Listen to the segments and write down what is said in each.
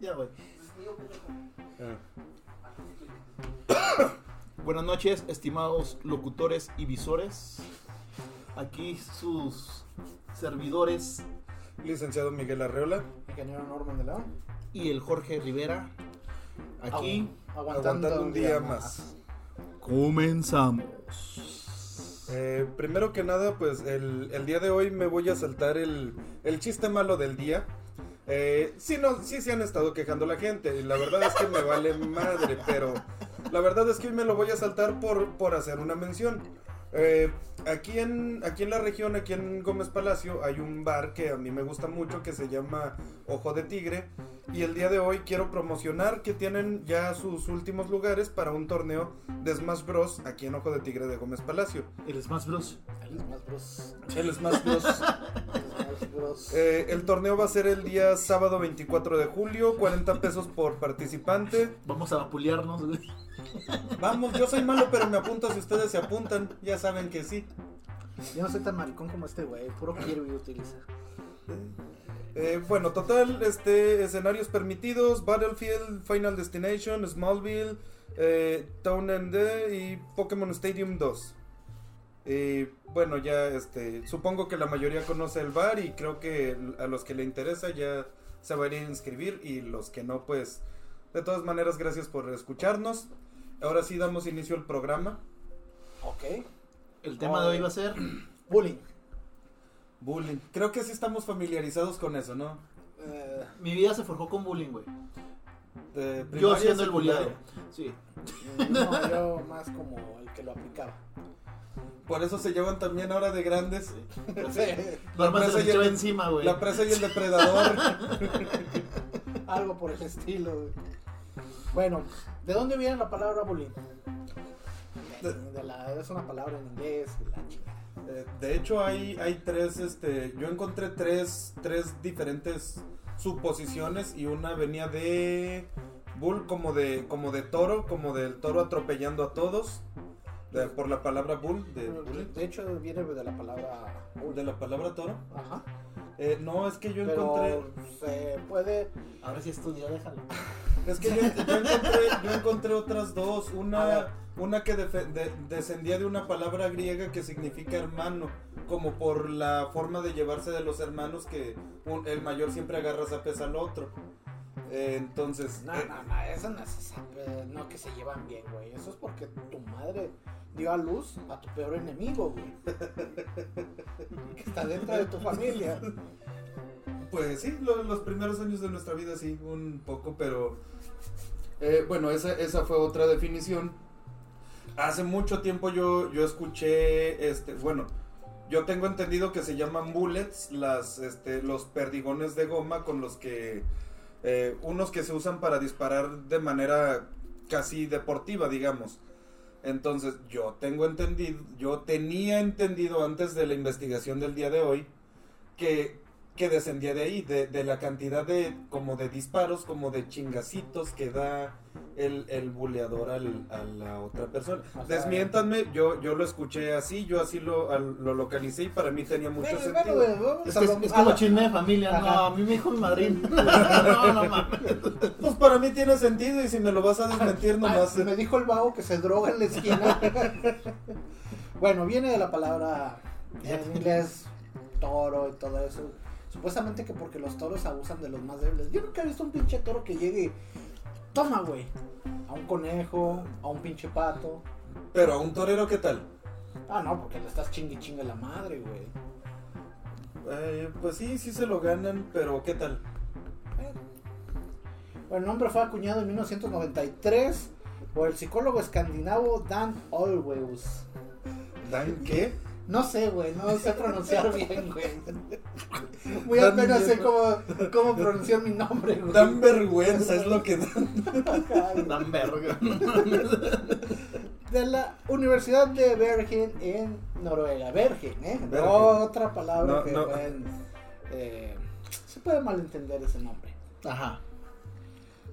ya, güey. Ah. Buenas noches, estimados locutores y visores. Aquí sus servidores Licenciado Miguel Arreola. Ingeniero Norman de León. y el Jorge Rivera. Aquí Aguantando un día más. comenzamos. Eh, primero que nada, pues el, el día de hoy me voy a saltar el, el chiste malo del día. Eh, sí, no, sí se han estado quejando la gente. Y la verdad es que me vale madre, pero la verdad es que hoy me lo voy a saltar por, por hacer una mención. Eh, aquí, en, aquí en la región, aquí en Gómez Palacio, hay un bar que a mí me gusta mucho que se llama Ojo de Tigre. Y el día de hoy quiero promocionar que tienen ya sus últimos lugares para un torneo de Smash Bros. aquí en Ojo de Tigre de Gómez Palacio. El Smash Bros. El Smash Bros. El Smash Bros. El Smash Bros. Eh, el torneo va a ser el día sábado 24 de julio, 40 pesos por participante. Vamos a vapulearnos, güey. Vamos, yo soy malo, pero me apunto si ustedes se apuntan. Ya saben que sí. Yo no soy tan maricón como este güey. Puro quiero y utiliza. Eh, bueno, total, este, escenarios permitidos, Battlefield, Final Destination, Smallville, eh, Town and D y Pokémon Stadium 2. Y bueno, ya este, supongo que la mayoría conoce el bar y creo que a los que le interesa ya se van a ir a inscribir y los que no, pues de todas maneras gracias por escucharnos. Ahora sí damos inicio al programa. Ok. El tema de hoy va a ser Bullying. Bullying. Creo que sí estamos familiarizados con eso, ¿no? Eh, Mi vida se forjó con bullying, güey. De Yo primaria, siendo el secundaria. bulleado. Sí. no, yo más como el que lo aplicaba. Por eso se llevan también ahora de grandes. Norman se presa les y el- echaba encima, güey. La presa y el depredador. Algo por el estilo. güey. Bueno, ¿de dónde viene la palabra bullying? De- de la- es una palabra en inglés. de la chingada. Eh, de hecho, hay, hay tres, este, yo encontré tres, tres diferentes suposiciones y una venía de bull como de, como de toro, como del toro atropellando a todos, de- por la palabra bull, de, bullying, De hecho, viene de la palabra de bullying. la palabra toro. Ajá. Eh, no, es que yo encontré... Pero se puede. Ahora sí estudió, déjalo. Es que yo, yo encontré, yo encontré otras dos. A ver. Una, una que defe- de- descendía de una palabra griega que significa hermano, como por la forma de llevarse de los hermanos que un- el mayor siempre agarra zapes al otro. Eh, entonces, No, eh, no, no, eso no se sabe, no que se llevan bien, güey. Eso es porque tu madre dio a luz a tu peor enemigo, güey. que está dentro de tu familia. pues sí, lo- los primeros años de nuestra vida sí, un poco, pero... eh, bueno, esa, esa fue otra definición. Hace mucho tiempo yo, yo escuché, este, bueno, yo tengo entendido que se llaman bullets, las, este, los perdigones de goma con los que, eh, unos que se usan para disparar de manera casi deportiva, digamos. Entonces, yo tengo entendido, yo tenía entendido antes de la investigación del día de hoy que, que descendía de ahí, de, de la cantidad de, como de disparos, como de chingacitos que da el, el buleador al- a la otra persona. O sea, Desmiéntanme, yo, yo lo escuché así, yo así lo, al- lo localicé y para mí tenía mucho Bueno, sentido. bueno, vamos Es, a que, lo- es a como la- chisme de familia. No, Ajá. a mí me dijo mi madrina. No, no mames. Pues para mí tiene sentido y si me lo vas a desmentir Ay, nomás. me dijo el vago que se droga en la esquina. bueno, viene de la palabra en inglés toro y todo eso. Supuestamente que porque los toros abusan de los más débiles. Yo nunca he visto un pinche toro que llegue y, toma, güey, a un conejo, a un pinche pato. Pero a un torero, ¿qué tal? Ah, no, porque le estás chingue y chingue a la madre, güey. Eh, pues sí, sí se lo ganan, pero ¿qué tal? Bueno, el nombre fue acuñado en 1993 por el psicólogo escandinavo Dan Olweus. ¿Dan qué? No sé, güey, no sé pronunciar bien, güey. Muy Dan apenas sé bien. cómo, cómo pronunciar mi nombre, güey. Dan vergüenza, es lo que dan. Dan verga. De la Universidad de Bergen en Noruega. Bergen, ¿eh? Bergen. Otra palabra No, que no. pueden, eh, se puede malentender ese nombre. Ajá.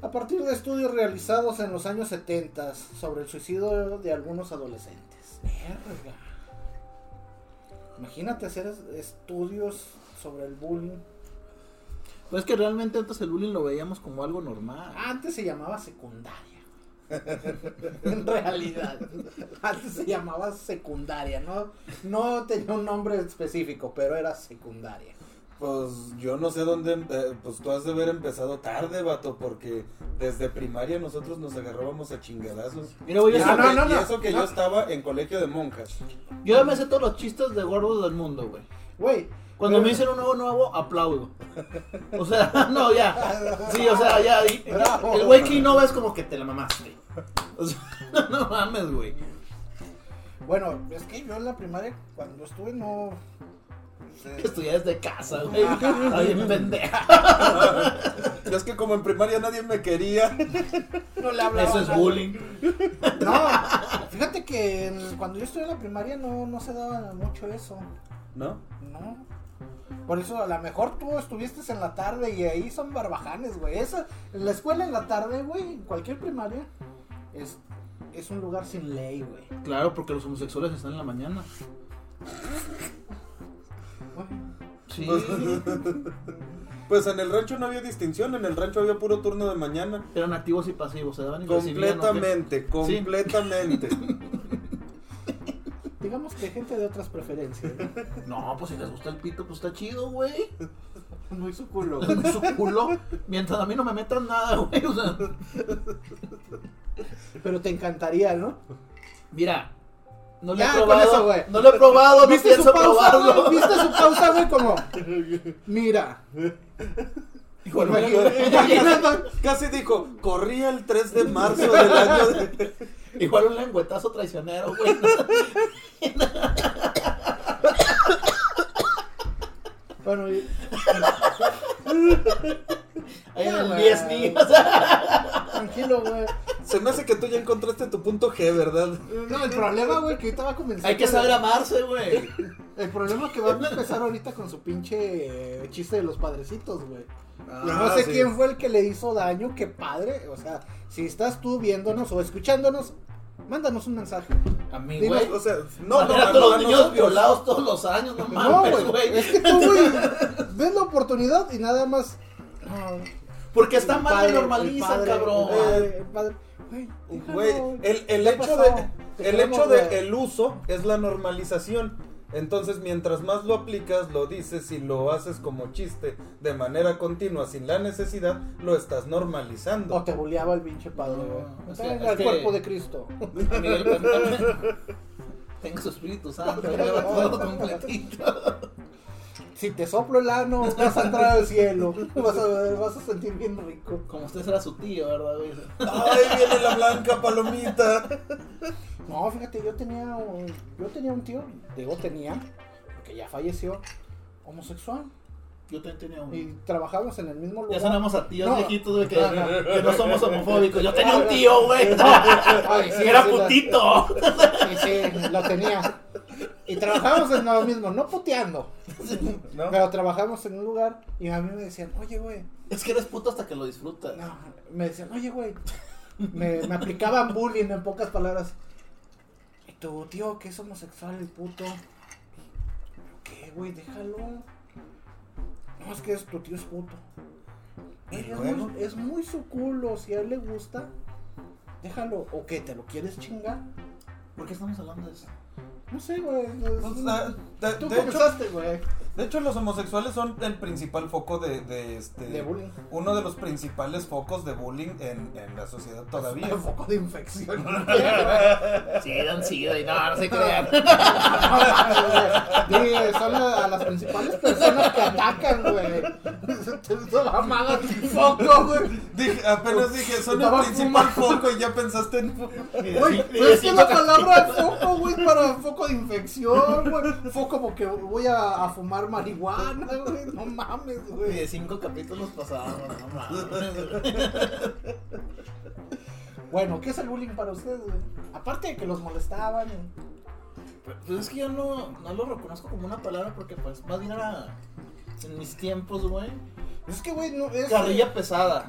A partir de estudios realizados en los años 70 sobre el suicidio de algunos adolescentes. Verga. Imagínate hacer es- estudios sobre el bullying. Pues es que realmente antes el bullying lo veíamos como algo normal. Antes se llamaba secundaria. en realidad, antes se llamaba secundaria, no, no tenía un nombre específico, pero era secundaria. Pues yo no sé dónde, eh, pues tú has de haber empezado tarde, vato, porque desde primaria nosotros nos agarrábamos a chingadazos. Mira, güey, Y yo, eso ah, No, sé- que- no, no, y no, eso que no. yo estaba en colegio de monjas. yo ya me sé todos los chistes de gordos del mundo, güey. Güey, Cuando pero- me dicen un nuevo nuevo, aplaudo. O sea, no, ya. Sí, o sea, ya. y- Bravo. el güey que innova es como que te la mamaste. O sea, no mames, güey. Bueno, es que yo en la primaria, cuando estuve, no. sé. Estudiar desde casa, güey. Está bien pendeja. Y es que como en primaria nadie me quería. No le hablaba Eso es nada. bullying. No, fíjate que en- cuando yo estuve en la primaria no, no se daba mucho eso. ¿No? No. Por eso a lo mejor tú estuviste en la tarde y ahí son barbajanes, güey. Esa, la escuela en la tarde, güey, en cualquier primaria, es, es un lugar sin ley, güey. Claro, porque los homosexuales están en la mañana. Sí. Pues en el rancho no había distinción, en el rancho había puro turno de mañana. Eran activos y pasivos, se daban y recibían, ¿o qué? Completamente, completamente. Digamos que gente de otras preferencias. ¿no? No, pues si les gusta el pito, pues está chido, güey. Muy su culo. güey. Con su culo. Mientras a mí no me metan nada, güey. O sea, Pero te encantaría, ¿no? mira. No lo Ya, he con probado. eso, güey. no lo he probado, no ¿Viste su pienso pausa, probarlo. güey? ¿Viste su pausa, güey? Como, mira. Hijo, no, Imagínate. Casi dijo, corría el 3 de marzo del año de... Igual un lengüetazo traicionero, güey. Bueno, y- Ahí en ¿eh? Ya, el Ah, güey. 10 niños. tranquilo, güey. Se me hace que tú ya encontraste tu punto G, ¿verdad? No, el problema, güey, que ahorita va a comenzar. Hay que con- saber amarse, güey. El problema es que va a empezar ahorita con su pinche eh, chiste de los padrecitos, güey. Ah, no sé sí. quién fue el que le hizo daño, qué padre. O sea, si estás tú viéndonos o escuchándonos, mándanos un mensaje. A mí, Digo, güey. O sea, no, No, no, no, no, los a niños nosotros. violados todos los años, no No, mames, Ah, güey. pues, güey. Es que tú, güey, ves la oportunidad y nada más. ah, Porque está el mal padre, y el normalizan, padre, Eh. cabrón. El padre, el padre. Güey, déjalo, Güey, el, el ya hecho pasó, de te el queremos, hecho de güey. el uso es la normalización. Entonces, mientras más lo aplicas, lo dices y lo haces como chiste de manera continua sin la necesidad, lo estás normalizando. O te buleaba el pinche padre, No, güey. o sea, Venga, es el que- cuerpo de Cristo. A Miguel Pantaleón. Tengo su espíritu santo, lleva todo completito. Si te soplo el ano, vas a entrar al cielo. Vas a, vas a sentir bien rico. Como usted será su tío, ¿verdad, güey? Ay, viene la blanca palomita. No, fíjate, yo tenía un, yo tenía un tío, digo tenía, porque ya falleció, homosexual. Yo también tenía Y un. trabajábamos en el mismo Ya lugar. sonamos a tíos No. viejitos, güey, que, No, no. que no somos homofóbicos. Yo tenía un tío, güey. Ay, sí, Era sí, la- putito. Sí, sí, lo tenía. Y trabajábamos en lo mismo, no puteando, ¿No? pero trabajábamos en un lugar y a mí me decían, oye, güey, Es que eres puto hasta que lo disfrutas. no, me decían, oye, güey, me, me aplicaban bullying en pocas palabras. Y tu tío que es homosexual, el puto. ¿Qué, güey? Déjalo. No, es que es, tu tío es puto. ¿Y Güey, es, luego? muy, es muy su culo, si a él le gusta, déjalo. ¿O qué? ¿Te lo quieres chingar? ¿Por qué estamos hablando de eso? No sé, güey. es- O sea, de, de hecho, Tú eh, comenzaste, güey. de hecho, los homosexuales son el principal foco de, de este. De bullying. Uno de los principales focos de bullying en, en la sociedad todavía. Un poco de infección. Sí, dan sida y no, no se crean. Sí, son la- a las principales personas que atacan, güey. Son la mamada de foco, güey. Dije- apenas dije, son el pues, Estaba principal fumando. foco y ya pensaste en. Güey, pero es que la palabra foco, güey, es para foco de infección, güey. Foco porque voy a, a fumar marihuana, güey. No mames, Y de güey. cinco capítulos pasábamos, no mames. Bueno, ¿qué es el bullying para ustedes, güey? Aparte de que los molestaban. Pues es que yo no, no lo reconozco como una palabra porque pues más bien era en mis tiempos, güey. Es que, güey, no es. Carrilla pesada.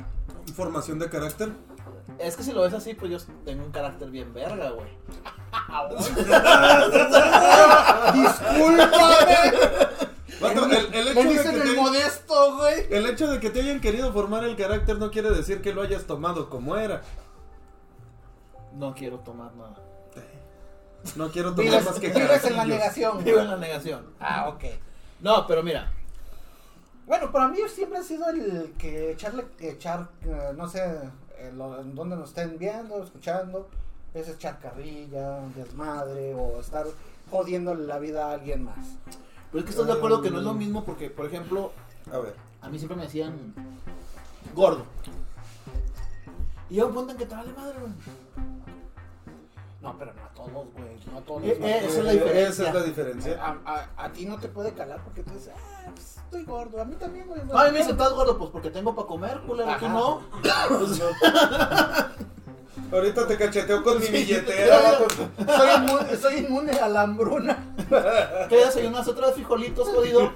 Formación de carácter. Es que si lo ves así, pues yo tengo un carácter bien verga, güey. Discúlpame. Vato, el, el Le hecho de dicen que te el hayan- modesto, güey. el hecho de que te hayan querido formar el carácter no quiere decir que lo hayas tomado como era. No quiero tomar nada. No quiero tomar Vives, más que vives en la carajillos. negación. Vivo en la güey. negación. Ah, ok. No, pero mira. Bueno, para mí siempre ha sido el que echarle, echar, eh, no sé, en, lo- en donde nos estén viendo, escuchando, es echar carrilla, desmadre o estar jodiéndole la vida a alguien más. Pero es que estás de acuerdo que no es lo mismo porque, por ejemplo, A ver. a mí siempre me decían gordo. Y yo apuntan que te vale madre, güey. No, pero no a todos, güey, no a todos. Eh, eh, no. esa es la diferencia. Esa es la diferencia. a, a- a ti no te puede calar porque tú dices, ah, pues, estoy gordo, a mí también, güey. No, a mí me dicen, estás gordo, pues porque tengo para comer, culero, tú Ajá. no. Ahorita te cacheteo con mi Sí, billetera. vato. pues, soy, inmune, soy inmune a la hambruna. Que desayunas otra vez frijolitos, jodido.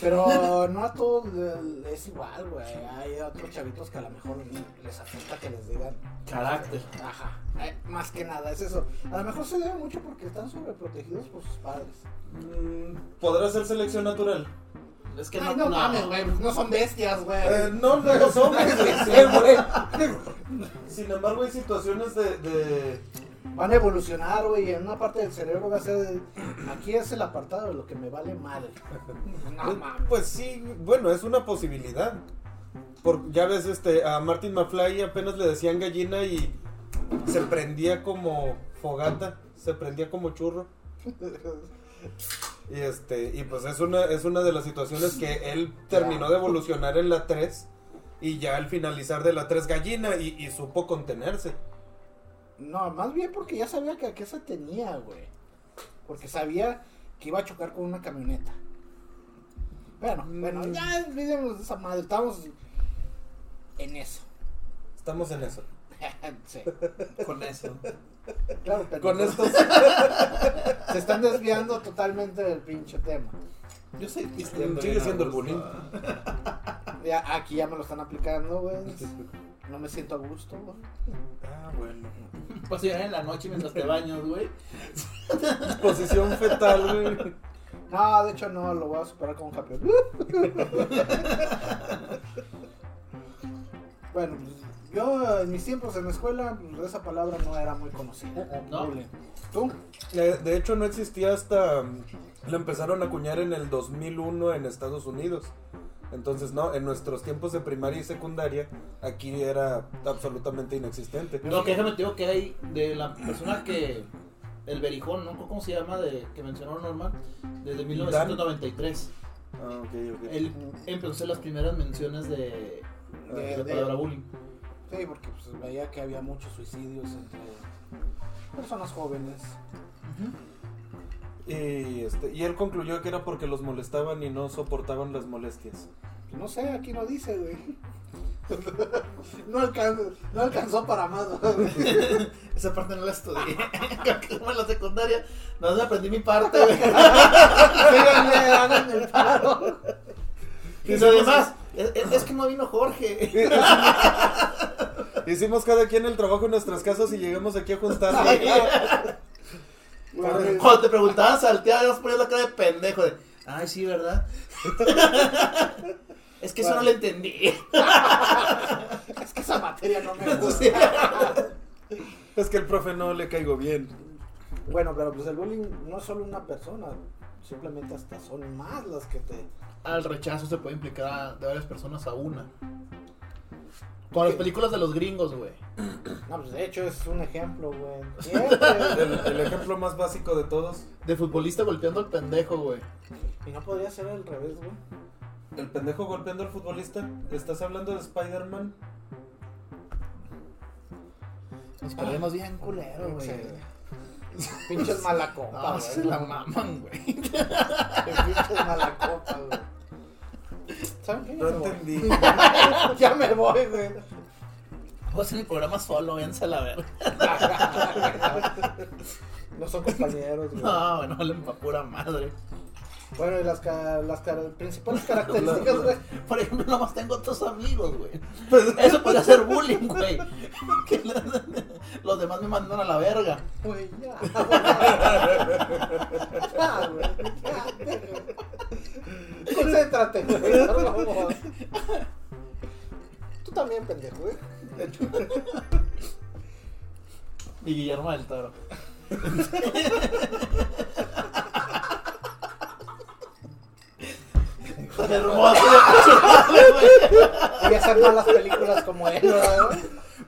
Pero no a todos le- es igual, güey. Hay otros chavitos que a lo mejor les afecta que les digan. Carácter. Ajá. Eh, más que nada, es eso. A lo mejor se debe mucho porque están sobreprotegidos por sus padres. Mm, ¿Podrá ser selección natural? Es que Ay, no, no, güey. No son bestias, güey. Eh, no, no los hombres, güey, sí, güey. Sin embargo, hay situaciones de. de- Van a evolucionar, güey. y En una parte del cerebro va a ser. Aquí es el apartado de lo que me vale madre. No mames. Pues sí, bueno, es una posibilidad. Por, ya ves, este, a Martin McFly apenas le decían gallina y se prendía como fogata, se prendía como churro. Y este, y pues es una, es una de las situaciones que él terminó de evolucionar en la 3 y ya al finalizar de la 3 gallina y, y supo contenerse. No, más bien porque ya sabía que a qué se tenía, güey. Porque sabía que iba a chocar con una camioneta. Bueno, bueno, ya olvidemos de esa madre. Estamos en eso. Estamos en eso. Sí, con eso. claro, pero Con estos se están desviando totalmente del pinche tema. Yo soy sigue siendo el bullying. Ya, aquí ya me lo están aplicando, güey. No me siento a gusto, güey. Ah, bueno. Pues llegar en la noche mientras te bañas, güey. Posición fetal, güey. No, de hecho no, lo voy a superar como campeón. bueno, pues, yo en mis tiempos en la escuela pues, esa palabra no era muy conocida. Uh, No. Bullying. ¿Tú? Eh, De hecho, no existía hasta. La empezaron a acuñar en el 2001 en Estados Unidos. Entonces, no, en nuestros tiempos de primaria y secundaria, aquí era absolutamente inexistente. No, que déjame te digo que hay de la persona que. El Berijón, no sé cómo se llama, de, que mencionó Norman, desde 1993. Ah, ok, ok. Él empezó a hacer las primeras menciones de, De- de la de- palabra uh. bullying. Sí, porque pues, veía que había muchos suicidios entre personas jóvenes. Y, este, y él concluyó que era porque los molestaban y no soportaban las molestias. Pues, No sé, aquí no dice, güey. No alcanzó, no alcanzó para más. güey. Esa parte no la estudié. Como en la secundaria, no aprendí mi parte, güey. Ah, Síganle, hagan el paro. Y lo demás, es, es- es que no vino Jorge. Hicimos cada quien el trabajo en nuestras casas y llegamos aquí a juntarnos. Güey, Cuando te preguntaban saltear, ibas ponías la cara de pendejo de, ay, sí, ¿verdad? es que eso no Bueno. lo entendí. Es que esa materia no me gusta. Sí. Es que el profe no le caigo bien. Bueno, pero pues el bullying no es solo una persona, simplemente hasta son más las que te... Al rechazo se puede implicar a- de varias personas a una. Con las películas de los gringos, güey. No, pues de hecho es un ejemplo, güey. El, Siempre. el ejemplo más básico de todos, De futbolista golpeando al pendejo, güey. y no podría ser al revés, güey. el pendejo golpeando al futbolista. ¿Estás hablando de Spider-Man? Nos perdemos bien culero, güey. Sí. Pinches mala copa, No, güey. se la maman, güey. Pinches mala copa, güey. ¿Saben qué? Ya No me voy. entendí. Ya me voy, güey. Voy a hacer el programa solo, véanse a la verga. No son compañeros, güey. No, bueno, valen pa' pura madre. Bueno, y las, ca- las ca- principales características, güey. Por ejemplo, nomás tengo dos amigos, güey. Eso puede ser bullying, güey. Que Los demás me mandan a la verga. Güey, Pues ya. güey. Ya, güey. Ya, güey. Concéntrate, güey. por favor. Tú también, pendejo, ¿eh? güey. Y Guillermo del Toro. Tan hermoso. Y hacer malas películas como él, ¿verdad?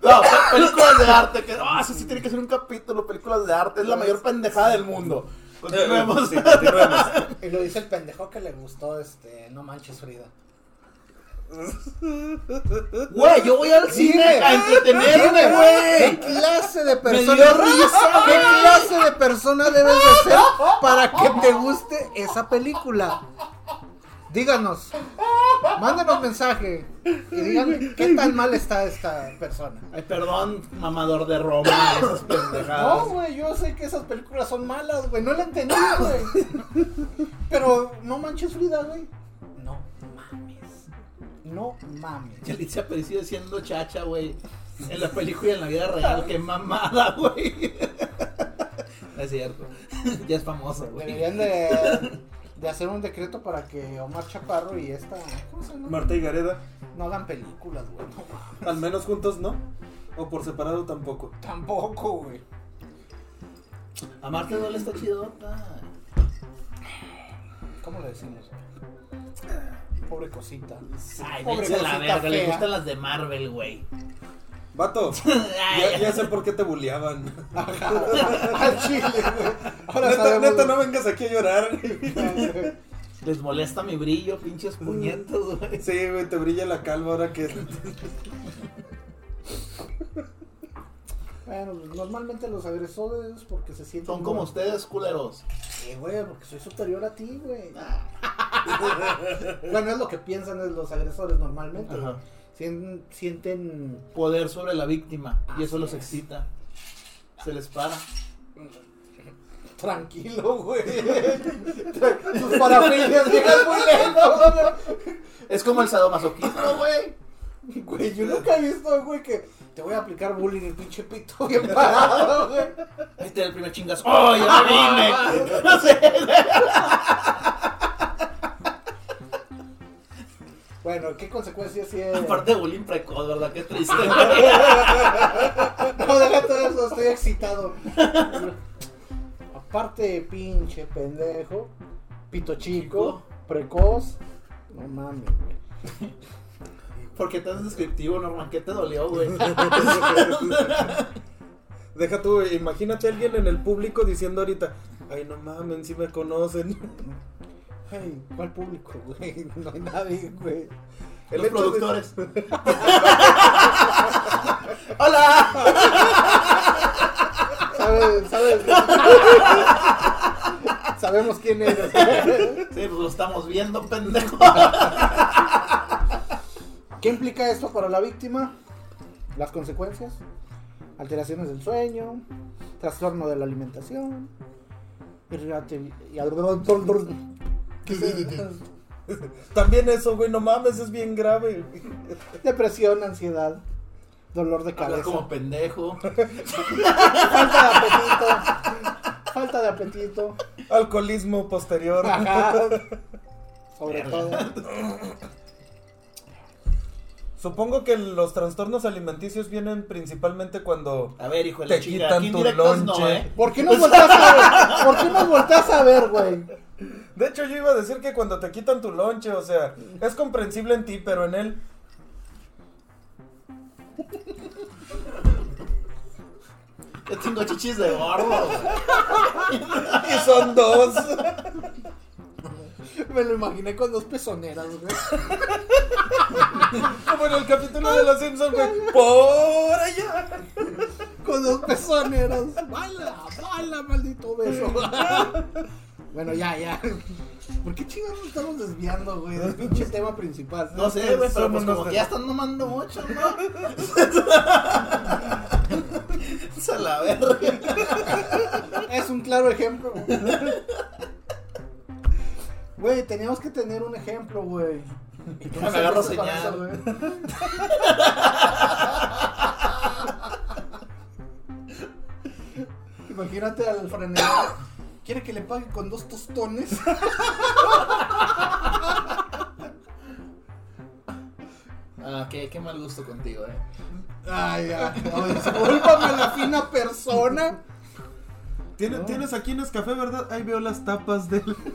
No, pe- películas de arte. Que, ah, sí, sí, tiene que ser un capítulo. Películas de arte. Es la mayor pendejada del mundo. Continuemos. Sí, continuemos. Y lo dice el pendejo que le gustó, este, no manches Frida. Güey, yo voy al cine a entretenerme, ¿Qué güey. clase de Me persona dio risa, ¿Qué clase de persona debes de ser para que te guste esa película? Díganos. Mándenos mensaje y digan qué tan mal está esta persona. Ay, perdón, mamador de Roma. Esas pendejadas. No, güey, yo sé que esas películas son malas, güey. No la entendí, güey. Pero no manches Frida, güey. No mames. No mames. Que Alicia Aparicio siendo chacha, güey. En la película y en la vida real, qué mamada, güey. No es cierto. Ya es famosa, güey. Deberían de, de hacer un decreto para que Omar Chaparro y esta. ¿Cómo se llama? Marta y Gareda, No hagan películas, güey. No mames. al menos juntos no, o por separado tampoco. Tampoco, güey. A Marte no le está chidota. ¿Cómo le decimos? Pobre cosita. Ay, Pobre vete a la cosita verga, le fea. gustan las de Marvel, güey. Vato, Ay, ya, ya sé por qué te buleaban. Al chile, güey. Ahora Neta, sabemos, neta, no güey. vengas aquí a llorar. Les molesta mi brillo, pinches puñetos, güey. Sí, güey, te brilla la calma ahora que... Bueno, pues, normalmente los agresores porque se sienten. Son como muy- ustedes, culeros. Sí, güey, porque soy superior a ti, güey. bueno, es lo que piensan es los agresores normalmente. güey. Ajá. Sien- sienten. Poder sobre la víctima. Y eso Así los es. excita. Se les para. Tranquilo, güey. Tus parafilias llegan muy lejos, Es como el sadomasoquismo, güey. güey. Güey, yo nunca he visto, güey, que te voy a aplicar bullying el pinche pito bien parado, güey. Ahí te da el primer chingazo. ¡Oh, ya me vine! No sé. Bueno, ¿qué consecuencias tiene? Aparte de bullying precoz, ¿verdad? Qué triste. No, deja todo eso, estoy excitado. Aparte, pinche pendejo, pito chico, precoz. No mames, güey. ¿Por qué tan descriptivo, Norman? ¿Qué te dolió, güey? Deja tú, güey, imagínate a alguien en el público diciendo ahorita, ay, no mamen, si me conocen. Ay, ¿Cuál público, güey? No hay nadie, güey. El Los hecho de- productores. ¡Hola! ¿Sabes? ¿Sabes? Sabemos quién eres. Sí, pues lo estamos viendo, pendejo. ¿Qué implica esto para la víctima? Las consecuencias. Alteraciones del sueño, trastorno de la alimentación, irritabilidad. También eso, güey, no mames, es bien grave. Depresión, ansiedad, dolor de Hablas cabeza, como pendejo. falta de apetito, falta de apetito, Alcoholismo posterior. ajá, sobre Verga. todo. Supongo que los trastornos alimenticios vienen principalmente cuando... A ver, hijo de la Te chica. quitan Aquí tu indirectos no, lonche. ¿eh? ¿Por qué nos volteas a ver? ¿Por qué nos volteas a ver, güey? De hecho, yo iba a decir que cuando te quitan tu lonche, o sea, es comprensible en ti, pero en él... Yo tengo chichis de gordo, güey. Y son dos. Me lo imaginé con dos pezoneras, güey. Como en el capítulo de Los Simpsons, güey. Por allá. Con dos pezoneras. Bala, bala, maldito beso. Bueno, ya, ya. ¿Por qué chingados nos estamos desviando, güey? Del pinche tema principal. No sé, güey, pero pues Somos como los que de- ya están nomando mucho, ¿no? Se la verga. Es un claro ejemplo. Güey, teníamos que tener un ejemplo, güey. Y tú Me no agarro saliste con señal. eso, güey. Imagínate al franero. Quiere que le pague con dos tostones. Ah, qué, qué mal gusto contigo, eh. Ay, ay, ay, discúlpame la fina persona. ¿Tiene- No. Tienes aquí en Nescafé, ¿verdad? Ahí veo las tapas del.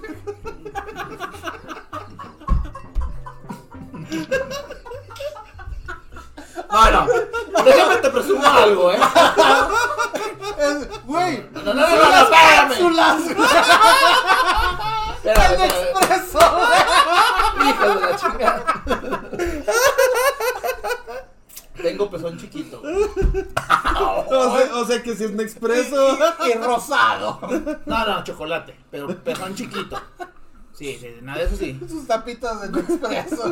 No, no. Déjame te presumo algo, eh. Es- Güey, No, no, no, no, no, espérame. cápsulas. Espérame, El espérame. expreso. Hijo de la chingada. Tengo pezón chiquito. O sea, o sea que si es Nespresso. Y rosado. No, no, chocolate, pero pezón chiquito. Sí, sí, nada de eso sí. Sus tapitas del expreso.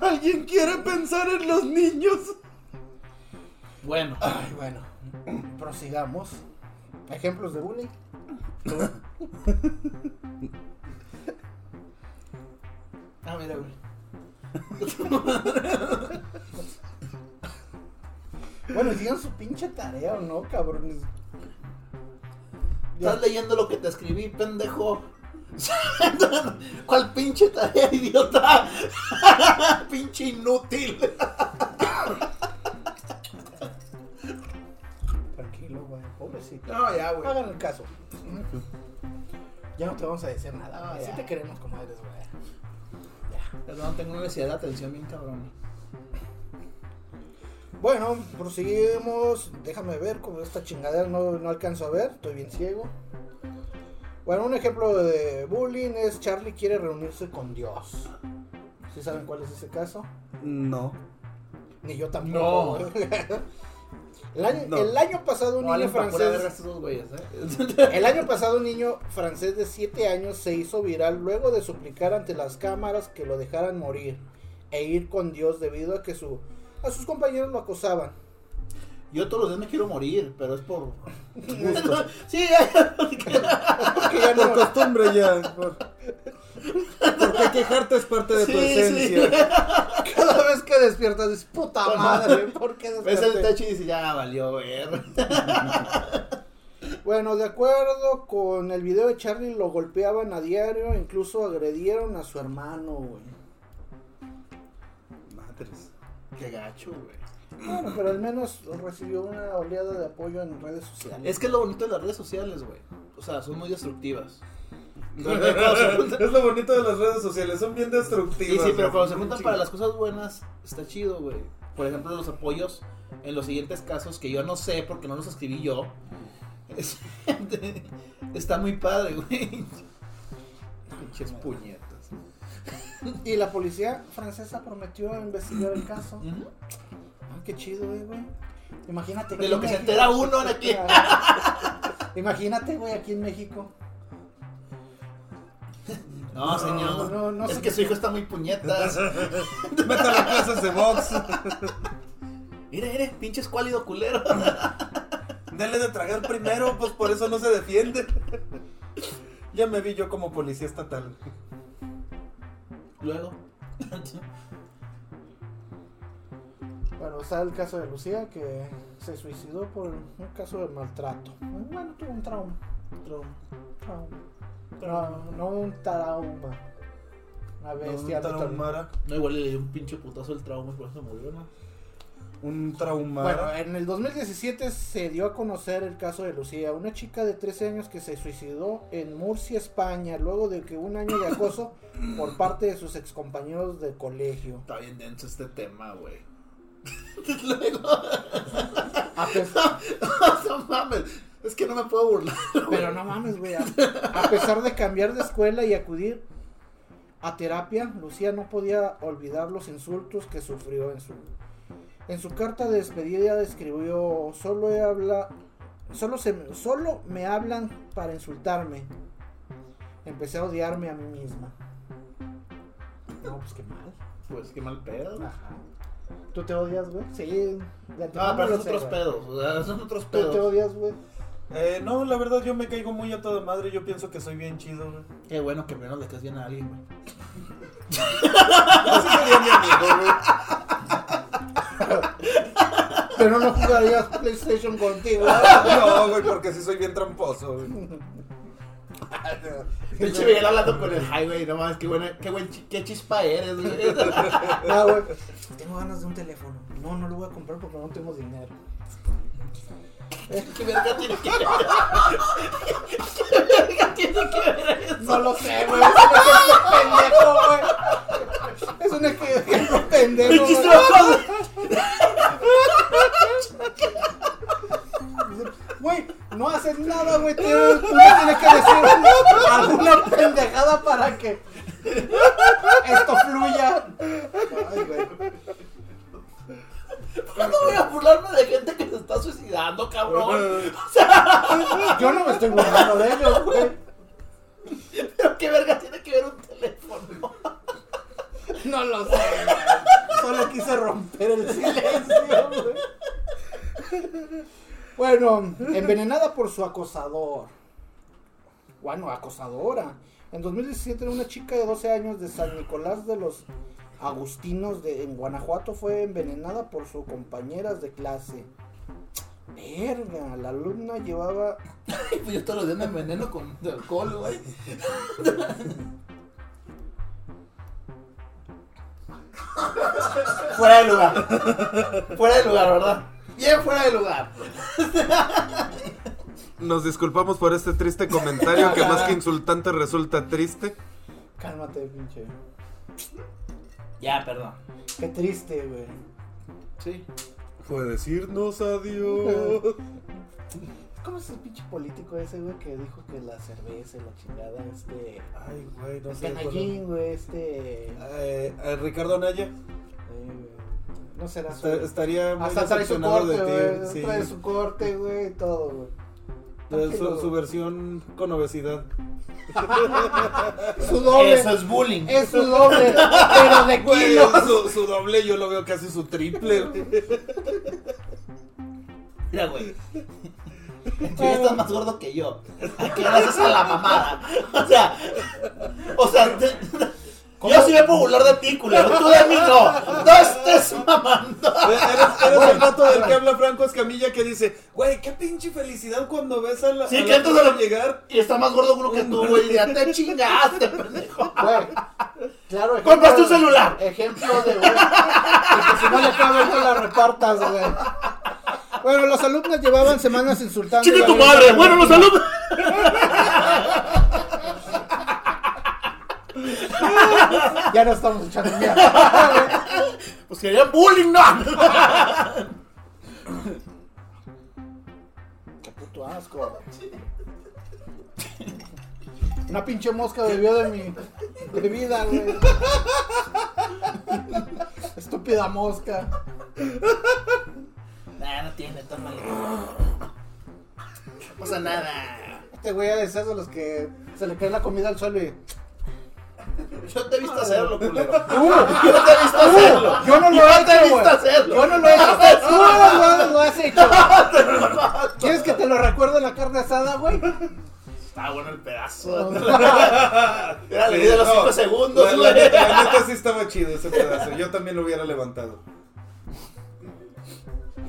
¿Alguien quiere pensar en los niños? Bueno, Ay, bueno. Prosigamos. Ejemplos de bullying. ah, mira, güey. Bueno, sigan su pinche tarea, ¿no, cabrones? Estás leyendo lo que te escribí, pendejo. ¿Cuál pinche tarea, idiota? pinche inútil. Tranquilo, güey. Pobrecito. No, ya, güey. Hagan el caso. Ya no te vamos a decir nada. Si ya. te queremos como eres, güey. Perdón, tengo una necesidad de atención bien cabrón. Bueno, proseguimos. Déjame ver como esta chingadera no, no alcanzo a ver. Estoy bien ciego. Bueno, un ejemplo de bullying es Charlie quiere reunirse con Dios. ¿Sí saben cuál es ese caso? No. Ni yo tampoco. No. El año, No. el año pasado un No, niño alguien para pura verga a francés. estos dos güeyes, eh. El año pasado un niño francés de 7 años se hizo viral luego de suplicar ante las cámaras que lo dejaran morir e ir con Dios debido a que su a sus compañeros lo acosaban. Yo todos los días me quiero morir, pero es por. Gusto. sí, Porque ya Por no- costumbre ya. Por... Porque quejarte es parte de tu Sí, sí. esencia. cada vez que despiertas dices, puta madre, ¿por qué ves el desperté? techo y dices, ya valió ver. Bueno, de acuerdo con el video de Charlie lo golpeaban a diario, incluso agredieron a su hermano, güey. Madres. Qué gacho, güey. Bueno, pero al menos recibió una oleada de apoyo en redes sociales. Es que es lo bonito de las redes sociales, güey. O sea, son muy destructivas. es lo bonito de las redes sociales, son bien Sí, destructivas. sí, pero cuando se güey. juntan para las cosas buenas, está chido, güey. Por ejemplo, los apoyos en los siguientes casos, que yo no sé porque no los escribí yo. Es- está muy padre, güey. Pinches puñetas. Y la policía francesa prometió investigar el caso. Ujú. Ah, qué chido, eh, güey. Imagínate. De aquí lo en que se México- entera uno en aquí. Imagínate, güey, aquí en México. No, señor. no, no es sé. que su hijo está muy puñetas. Vete a las clases de box. Mire, mire, pinche escuálido culero. Dale de tragar primero, pues por eso no se defiende. Ya me vi yo como policía estatal. Luego. Bueno, está el caso de Lucía que se suicidó por un caso de maltrato. Bueno, tuvo un trauma. Trauma. Trauma. Trauma. No un trauma. Una bestia. Un de trauma. traumara. No, igual le dio un pinche putazo el trauma y por eso se murió, ¿no? Un Bueno, traumara. en el 2017 se dio a conocer el caso de Lucía, una chica de 13 años que se suicidó en Murcia, España, luego de que un año de acoso por parte de sus excompañeros de colegio. Está bien denso este tema, güey. Luego, A pesar, no mames. Es que no me puedo burlar. pero no mames, güey. A, a pesar de cambiar de escuela y acudir a terapia, Lucía no podía olvidar los insultos que sufrió en su en su carta de despedida escribió solo he habla solo se me- solo me hablan para insultarme. Empecé a odiarme a mí misma. No, pues qué mal. Pues qué mal pedo. Ajá. ¿Tú te odias, güey? Sí. de Ah, antemano pero lo son sé, otros güey. pedos. O sea, son otros ¿Tú te pedos. odias, güey? Eh, no, la verdad yo me caigo muy a toda madre. Yo pienso que soy bien chido, güey. Qué bueno que menos le caes bien a alguien, güey. Ese sería mi amigo, güey. Pero no jugarías PlayStation contigo. Ah, No, güey, porque sí soy bien tramposo, güey. Pinche Miguel hablando con el highway, no mames, qué buena, qué buen, chi- qué chispa eres, güey. Ah, güey. Tengo ganas de un teléfono. No, no lo voy a comprar porque no tengo dinero. ¿Qué verga tiene que ver? ¿Qué verga tiene que ver eso? No lo sé, güey. Es un ejemplo pendejo, güey. Es un ejemplo pendejo. Pinches güey. trompos. Güey, no haces nada, güey. Tú, tú me tienes que decir alguna pendejada para que esto fluya. Ay, güey. ¿Cuándo voy a burlarme de gente que se está suicidando, cabrón? Yo no me estoy burlando de ellos, güey. ¿Pero qué verga tiene que ver un teléfono? No lo sé, güey. Solo quise romper el silencio, güey. Bueno, envenenada por su acosador. Bueno, acosadora. En 2017, una chica de 12 años de San Nicolás de los Agustinos de, en Guanajuato fue envenenada por sus compañeras de clase. Verga, la alumna llevaba Ay, pues yo todos los días me enveneno con de alcohol, güey. Fuera de lugar. Fuera de lugar, ¿verdad? Bien fuera de lugar. Nos disculpamos por este triste comentario que más que insultante resulta triste. Cálmate, pinche. Ya, perdón. Qué triste, güey. Sí. Fue decirnos adiós. ¿Cómo es el pinche político ese, güey, que dijo que la cerveza y la chingada, este... Ay, güey, no El sé. cuál- canallín, güey, este... eh, Eh, eh, Ricardo Anaya güey, no será su... esta- estaría muy Hasta trae su decepcionado corte, de güey. ti. sí. Trae su corte, güey, y todo, güey. De su, Tranquilo, su güey. versión con obesidad. Su doble. Eso es bullying. Es su doble, pero de Güey, kilos. su, su doble yo lo veo casi su triple. güey. Mira, güey. Tú ya estás más gordo que yo. ¿A qué gracias a la mamada? O sea, o sea, te- yo sí me puedo burlar de ti, culero. Tú de mí no. No estés mamando. Eh, Eres, eres el rato del que habla Franco Escamilla que dice, güey, qué pinche felicidad cuando ves a la... Sí, a la que antes de persona la- llegar. Y está más gordo que uno que tú, güey. Ya te chingaste, pendejo. Güey, claro, ejemplo- Compraste un celular. Ejemplo de, güey, que si no le cabe, no la repartas, güey. Bueno, los alumnos llevaban semanas insultando. Chica tu madre. Bueno, los saludos. Ya no estamos echando mierda. Pues querían bullying, no. Qué puto asco, güey. Una pinche mosca bebió de mi bebida, güey. Estúpida mosca. Nah, no tiene, tómale. No pasa nada. Este güey es esos los que se le cae la comida al suelo y. Yo te he visto hacerlo, culero. ¡Uh! Yo te he visto hacerlo. Yo no lo Yo he te he hecho, visto güey. hacerlo. Yo no lo he hecho. Tú no lo, lo has hecho. ¿Quieres que te lo recuerde la carne asada, güey? Está bueno el pedazo. Era la idea de los No, 5 segundos, la- La güey. neta la neta sí estaba chido ese pedazo. Yo también lo hubiera levantado.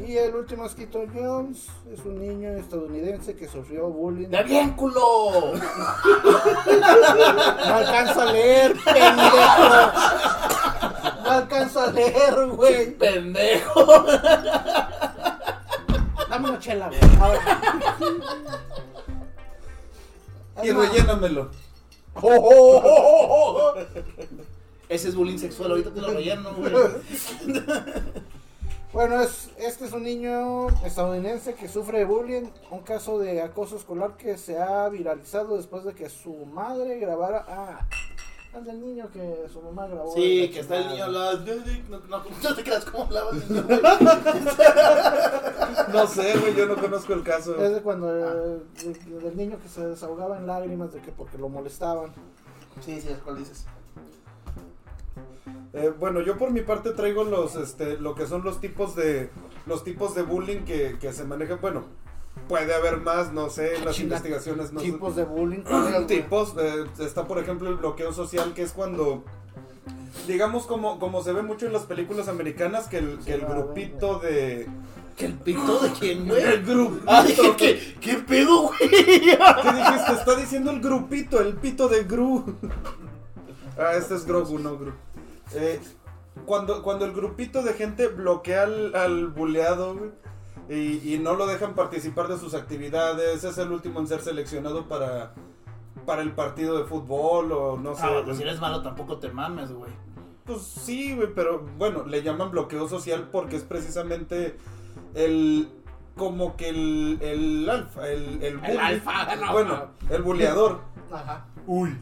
Y el último es Keaton Jones. Es un niño estadounidense que sufrió bullying. ¡Da bien, culo! No alcanzo a leer, pendejo. No alcanzo a leer, güey. ¡Pendejo! Dame una chela, güey. A ver. Y rellénamelo. Oh, Ese es bullying sexual, ahorita te lo relleno, güey. Bueno, es, este es un niño estadounidense que sufre de bullying, un caso de acoso escolar que se ha viralizado después de que su madre grabara... Ah, al del niño que su mamá grabó. Sí, la que está el niño chingada. hablando. No, no, no te creas cómo hablaba el niño. No sé, güey, yo no conozco el caso. Es de cuando Ah. eh, de- del niño que se desahogaba en lágrimas de que porque lo molestaban. Sí, sí, es cuál dices. Eh, bueno, yo por mi parte traigo los, este, lo que son los tipos de, los tipos de bullying que, que se manejan. Bueno, Puede haber más, no sé, las Chinga, investigaciones no tipos de bullying. son- ¿cuáles, güey? tipos. eh, está, por ejemplo, el bloqueo social, que es cuando, digamos, como, como se ve mucho en las películas americanas, que el, que el va, güey. grupito de... ¿Que el pito de quién, güey? El grupito. Ah, dije, ¿Eh? ¿qué, ¿qué pedo, güey? ¿Qué dijiste? Está diciendo el grupito, el pito de Gru. Ah, este es Grogu, no Gru. Eh, cuando, cuando el grupito de gente bloquea al, al buleado, güey, Y, y no lo dejan participar de sus actividades, es el último en ser seleccionado para, para el partido de fútbol o no sé. Ah, pues si eres malo tampoco te mames, güey. Pues sí, güey, pero bueno, le llaman bloqueo social porque es precisamente el. Como que el. El alfa. El, el, bully. alfa, no. Bueno, el buleador. Ajá. Uy.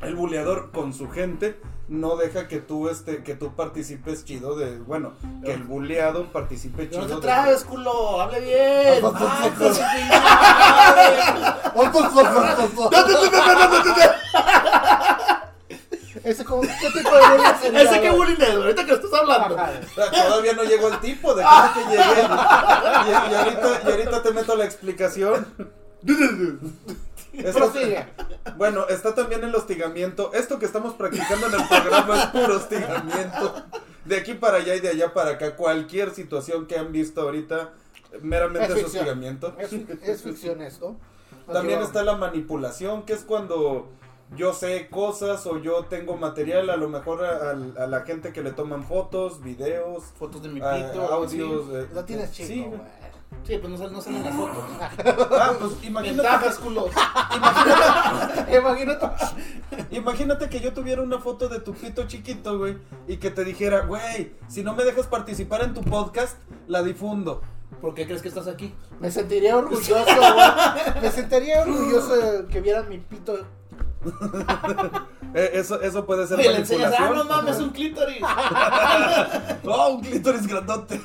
El buleador con su gente no deja que tú este que tú participes chido de, bueno, que el buleado participe Yo chido. no te de- traes, culo, hable bien. Ay, pues, Ese como, ¿qué tipo de bullying sería, Ese que güey? bullying es, güey, ahorita que lo estás hablando. Ajá, güey. Ah, Todavía no llegó el tipo, déjame que llegue. Y, y ahorita, y ahorita te meto la explicación. Eso- Prosigue. Bueno, está también el hostigamiento. Esto que estamos practicando en el programa es puro hostigamiento. De aquí para allá y de allá para acá. Cualquier situación que han visto ahorita meramente Es es ficción. hostigamiento. Es, es ficción esto. Aquí También vamos. está la manipulación, que es cuando yo sé cosas o yo tengo material, a lo mejor a, a- a la gente que le toman fotos, videos, Fotos de mi a- pito. audios. Ah, sí. eh, Lo tienes sí, chico, güey. güey. Sí, pues no salen, no salen las fotos. Ah, pues imagínate, Ventajas, culo. Imagínate. imagínate que yo tuviera una foto de tu pito chiquito, güey, y que te dijera, güey, si no me dejas participar en tu podcast, la difundo. ¿Por qué crees que estás aquí? Me sentiría orgulloso, güey. Me sentiría orgulloso de que vieran mi pito. Eh, eso, eso puede ser Oye, le enseñas, ah, manipulación. no mames, un clítoris. Oh, un clítoris grandote.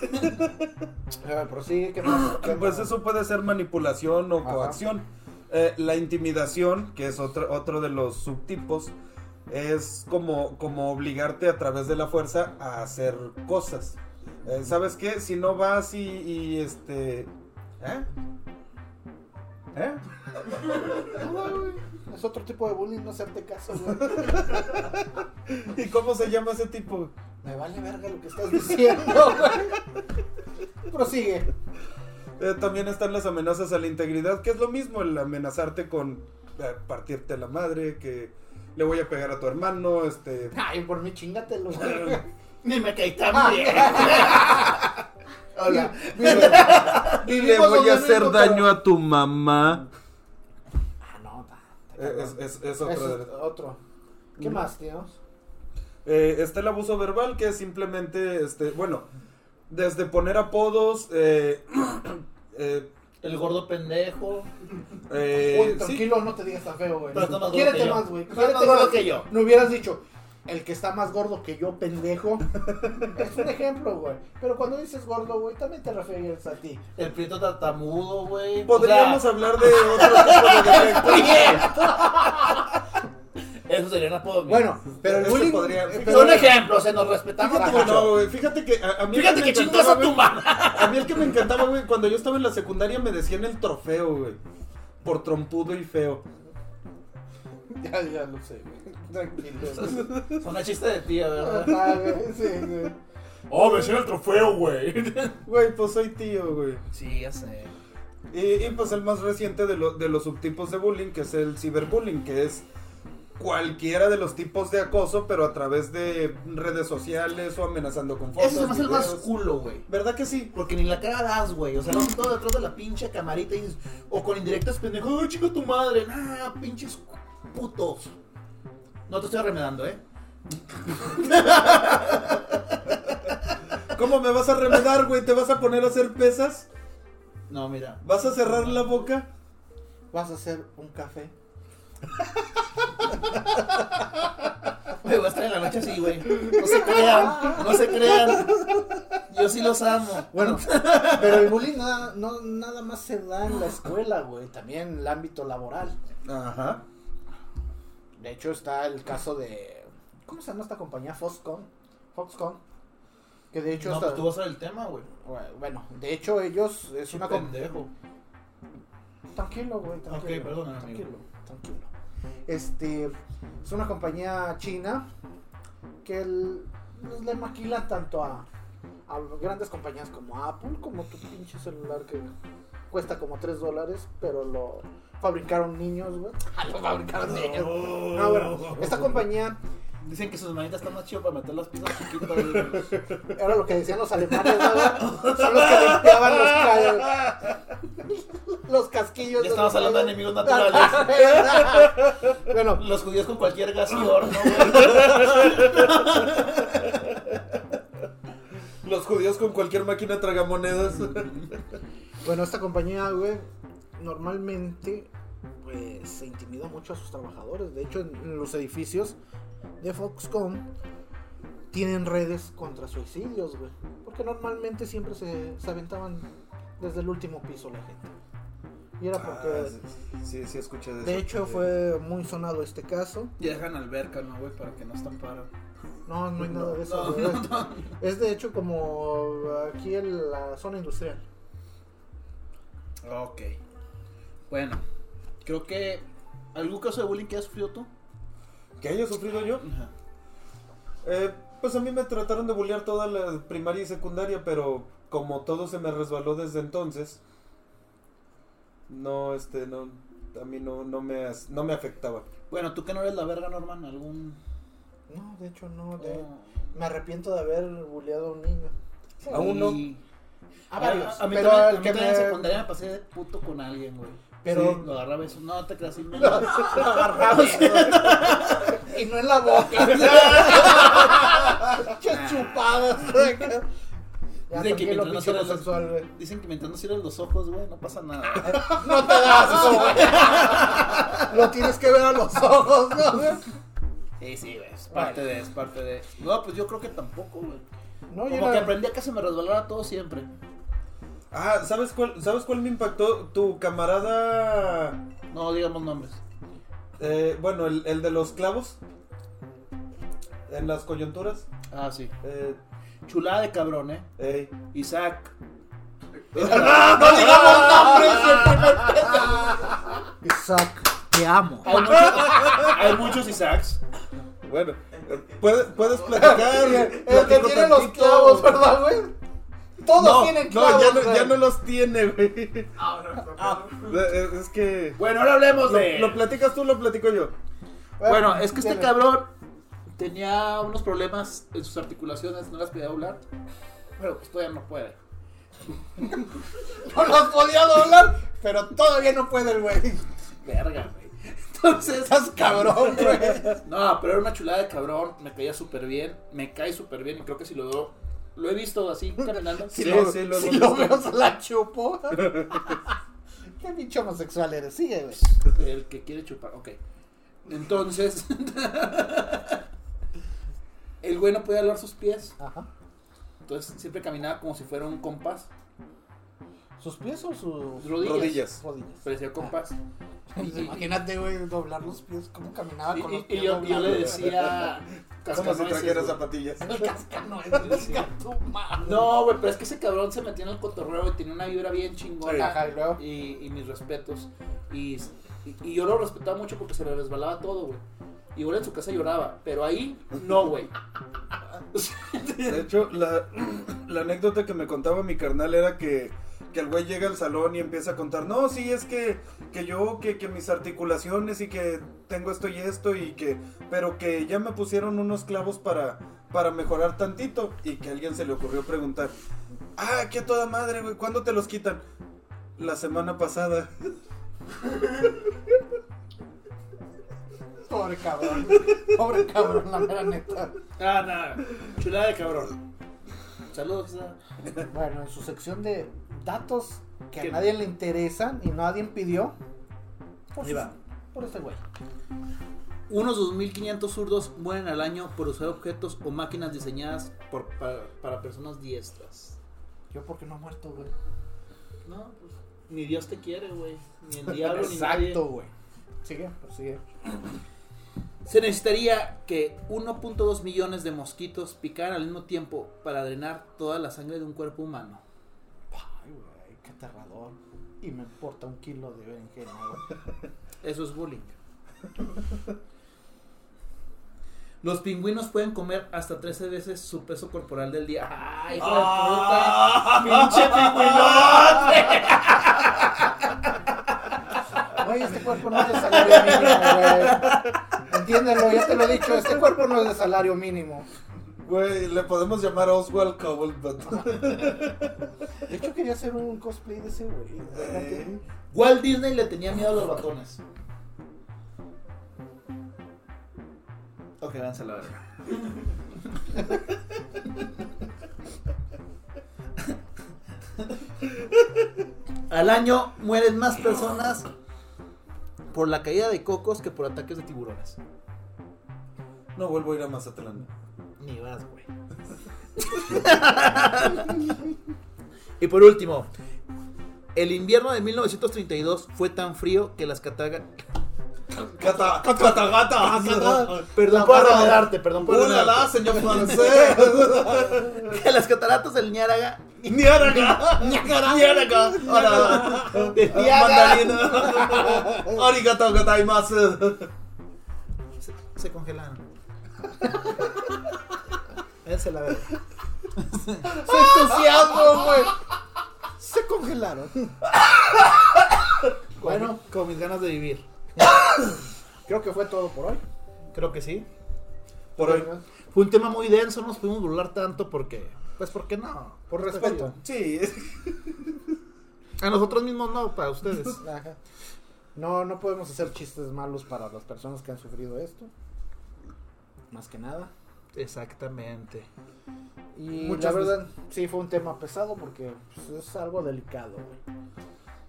A ver, prosigue, ¿qué más? ¿Qué Pues más? eso puede ser manipulación o Ajá. coacción. Eh, la intimidación, que es otro, otro de los subtipos, es como, como obligarte a través de la fuerza a hacer cosas. Eh, ¿Sabes qué? Si no vas y, y, este... ¿Eh? ¿Eh? Nada, güey. Es otro tipo de bullying, no hacerte caso, güey. ¿Y cómo se llama ese tipo? Me vale verga lo que estás diciendo, güey. Prosigue. Eh, también están las amenazas a la integridad, que es lo mismo, el amenazarte con eh, partirte la madre, que le voy a pegar a tu hermano, este... Ay, por mí, chingatelo, güey. Ni me caí tan bien. Hola. Le voy a hacer daño a tu mamá. Ah, no, pa. Eh, Es, es- es otra Eso de Mm. es las- otro. ¿Qué más, tíos? Eh, está el abuso verbal, que es simplemente, este, bueno, desde poner apodos, eh, eh, El gordo pendejo. eh, Uy, sí, tranquilo, no te digas tan feo, güey. Pero está más gordo que Quiérete yo. más, güey. Está más Quiérete gordo más. que yo. No hubieras dicho, el que está más gordo que yo, pendejo. es un ejemplo, güey. Pero cuando dices gordo, güey, también te refieres a ti. El prieto tartamudo, güey. podríamos O hablar de otro tipo de defectos. sea, Eso sería una apodo. Bueno, pero el Este bullying... podría- eh, pero- Son ejemplos, se nos respetamos. Fíjate que mucho. no, güey, fíjate que a, a mí... el Fíjate me que encantaba, chingas a güey, tu mamá. A mí el que me encantaba, güey, cuando yo estaba en la secundaria me decían el trofeo, güey, por trompudo y feo. Ya, ya lo sé, güey. Tranquilo. güey. Son chiste de tía, ¿verdad? Ajá, güey, sí, güey. Oh, me hicieron el trofeo, güey. Güey, pues soy tío, güey. Sí, ya sé. Y, y, pues el más reciente de, lo- de los subtipos de bullying, que es el ciberbullying, que es cualquiera de los tipos de acoso, pero a través de redes sociales o amenazando con fotos. Ese se me hace el más videos. culo, güey. ¿Verdad que sí? Porque ni la cara das, güey. O sea, lo hacen todo detrás de la pinche camarita y dices, o con indirectas pendejo, ¡ay, chico tu madre! ¡Ah, pinches putos! No te estoy remedando, ¿eh? ¿Cómo me vas a remedar, güey? ¿Te vas a poner a hacer pesas? No, mira. ¿Vas a cerrar la boca? Vas a hacer un café. Me voy a estar en la noche así, güey. No se crean, no se crean. Yo sí los amo. Bueno, pero el bullying nada, no, nada más se da en la escuela, güey. También en el ámbito laboral. Ajá. De hecho, está el caso de. ¿Cómo se llama esta compañía? Foxconn. Foxconn. Que de hecho. No, hasta- pues tú vas a ver el tema, güey. Bueno, de hecho, ellos. Es Es un una com- pendejo. tranquilo, güey. Tranquilo, Ok, perdóname, amigo. Tranquilo, tranquilo. Este, es una compañía china que el- pues, le maquila tanto a, a grandes compañías como Apple, como tu pinche celular que cuesta como 3 dólares, pero lo fabricaron niños, güey. Ah, lo fabricaron niños. Ah, bueno, esta compañía Dicen que sus manitas están más chidas para meter las piezas chiquitas. güey. era lo que decían los alemanes, ¿no? Son los que limpiaban los, ca- los casquillos. Ya de estamos los hablando de aviones. enemigos naturales. bueno, Los judíos con cualquier gas y horno, güey. Los judíos con cualquier máquina tragamonedas. bueno, esta compañía, güey, normalmente pues, se intimida mucho a sus trabajadores. De hecho, en, en los edificios de Foxconn tienen redes contra suicidios, güey. Porque normalmente siempre se, se aventaban desde el último piso la gente. Y era porque... Ah, sí, sí, sí, escuché de eso. De hecho, Sí. fue muy sonado este caso. Y dejan alberca, ¿no, güey? Para que no estamparan. No, no hay nada de eso. No, güey. no, no. Es de hecho como aquí en la zona industrial. Ok. Bueno, creo que. ¿Algún caso de bullying que has sufrido tú? ¿Que haya sufrido yo? Ajá. Eh, pues a mí me trataron de bullear toda la primaria y secundaria, pero como todo se me resbaló desde entonces, no, este, no, a mí no, no, me, as- no me afectaba. Bueno, tú que no eres la verga, Norman, algún. No, de hecho no. de- Oh. Me arrepiento de haber buleado a un niño. A uno. Sí. A varios. A, a mí pero también, al a mí que también en me... secundaria me pasé de puto con alguien, güey. Pero- Sí, lo agarraba eso. No, te creas. sí, no. agarrabas, güey. y no en la boca. Muchas chupadas. güey. Ya, Dicen que también mientras lo no pinche cierres los homosexual, güey. Dicen que mientras no cierres los ojos, güey, no pasa nada. No te das eso, güey. Lo tienes que ver a los ojos, ¿no? güey? Sí, sí, güey. Es parte de, es parte de. No, pues yo creo que tampoco, güey. No, yo Como que no- aprendí a que se me resbalara todo siempre. Ah, ¿sabes cuál, ¿sabes cuál me impactó? Tu camarada, No digamos nombres. eh, bueno, el, el de los clavos, en las coyunturas. Ah, sí. Eh, Chulada de cabrón, eh. ey. Isaac. Isaac, te amo. Hay muchos, hay muchos Isaacs. Bueno, eh, puedes, puedes platicar. El que platico tiene los tantito. clavos, ¿verdad, güey? Todos No, tienen no, clavos. ya no, güey. ya no los tiene, güey. Eh, Es que... Ah, pues, Bueno, ahora hablemos de. Lo, lo platicas tú, lo platico yo. Bueno, es que este tiene. cabrón tenía unos problemas en sus articulaciones, no las podía doblar. Pero pues todavía no puede. No los podía doblar, pero todavía no puede el güey. Verga, güey. Entonces, Estás cabrón, güey. no, pero era una chulada de cabrón. Me caía súper bien. Me cae súper bien. Y creo que si lo veo, lo he visto así caminando. Si Sí, lo, sí, lo si hemos lo visto. veo, se la chupo. Qué bicho homosexual eres, sigue, güey. El que quiere chupar, ok. Entonces, el güey no podía hablar sus pies. Ajá. Entonces siempre caminaba como si fuera un compás. ¿Sus pies o sus Sus rodillas. Rodillas. rodillas? Pues Parecía compás. Y- Imagínate, güey, doblar los pies, cómo caminaba Y, Ah, con y- los y yo, y pies. yo le doblados. decía. Como si cascanueces, trajera güey. zapatillas. El cascanueces, Sí. chinga tu madre. No, güey, pero es que ese cabrón se metió en el cotorreo y tenía una vibra bien Ajá, chingona. y luego. Y, y mis respetos. Y, y- y yo lo respetaba mucho porque se le resbalaba todo, güey. Y igual en su casa lloraba, pero ahí no, güey. De hecho, la, la anécdota que me contaba mi carnal era que, que el güey llega al salón y empieza a contar, no, sí, es que, que yo, que, que mis articulaciones y que tengo esto y esto y que, pero que ya me pusieron unos clavos para, para mejorar tantito y que a alguien se le ocurrió preguntar, ah, qué a toda madre, güey, ¿cuándo te los quitan? La semana pasada. Pobre cabrón. Pobre cabrón, la mera neta. Ah, nada. Chulada de cabrón. Saludos. Isa. Bueno, en su sección de datos que a ¿Qué? nadie le interesan y nadie pidió. Por, Ahí sus- va. por este güey. Unos 2.500 zurdos mueren al año por usar objetos o máquinas diseñadas por, para, para personas diestras. Yo porque no he muerto, güey. No, pues, ni Dios te quiere, güey. Ni el diablo, ni nadie. güey. Sigue, pues sigue. Se necesitaría que 1.2 millones de mosquitos picaran al mismo tiempo para drenar toda la sangre de un cuerpo humano. Ay, güey, qué aterrador. y me importa un kilo de berenjena. güey. Eso es bullying. Los pingüinos pueden comer hasta 13 veces su peso corporal del día. ¡Ay, hijo de Ah. puta! ¡Pinche pingüinote! Güey, este cuerpo no es de salario mínimo, güey. Entiéndelo, ya te lo he dicho, este cuerpo no es de salario mínimo. Güey, le podemos llamar Oswald Cobblepot. De hecho, quería hacer un cosplay de ese, güey. Eh, Walt Disney le tenía miedo a los ratones. Ok, váyanse a la verga. Al año mueren más personas por la caída de cocos que por ataques de tiburones. No vuelvo a ir a Mazatlán. Ni vas, güey. y por último, el invierno de 1932 fue tan frío que las cataratas. Cata, catagata. Ah, Perdón por remedarte, perdón por ¡Ulala, señor francés! remedarte. Que las cataratas del Niágara. ¡Niaraga! ¡Niaraga! ¡Hola! Del Niágara ¡Mandarina! ¡Arigato gozaimasu! se, se congelaron. Váyanse a la verga. ¡Se entusiasmo, güey! Se congelaron. Bueno, con mis ganas de vivir. Creo que fue todo por hoy. Creo que sí. Por hoy. Fue un tema muy denso, no nos pudimos burlar tanto porque. Pues porque no. Por respeto. Sí. A nosotros mismos no, para ustedes. Ajá. No, no podemos hacer chistes malos para las personas que han sufrido esto. Más que nada. Exactamente. Y Muchas la verdad, sí fue un tema pesado porque pues, es algo delicado, güey.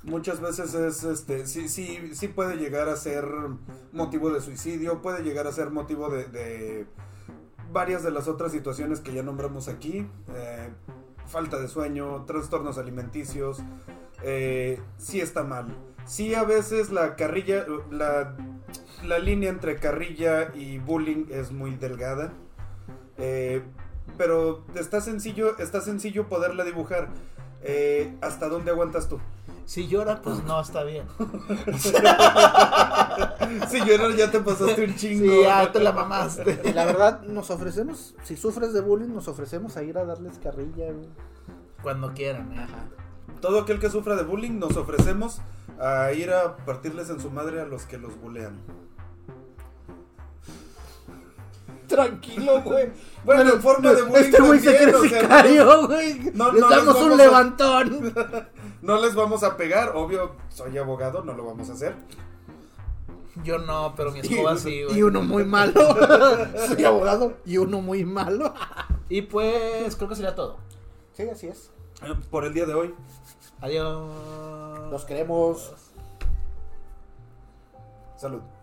Muchas veces es este, sí, sí, sí puede llegar a ser motivo de suicidio, puede llegar a ser motivo de, de varias de las otras situaciones que ya nombramos aquí. eh, falta de sueño, trastornos alimenticios, eh, sí está mal. Sí a veces la carrilla, la, la línea entre carrilla y bullying es muy delgada. eh, pero está sencillo, está sencillo poderla dibujar. Eh, ¿Hasta dónde aguantas tú? Si llora, pues no, está bien. Si llorar ya te pasaste un chingo. Sí, ya te la mamaste. Y la verdad, nos ofrecemos, si sufres de bullying, nos ofrecemos a ir a darles carrilla, güey. Cuando quieran, eh. Todo aquel que sufra de bullying nos ofrecemos a ir a partirles en su madre a los que los bulean. Tranquilo, güey. Bueno, en forma de bullying Este güey se también, cree o sea, sicario, güey. no, Le no les damos un vamos a- levantón. no les vamos a pegar, obvio, soy abogado, no lo vamos a hacer. Yo no, pero mi escoba sí, güey. Y uno muy malo. Soy abogado. Y uno muy malo. Y pues, creo que sería todo. Sí, así es. Eh, Por el día de hoy. Adiós. Los queremos. Salud.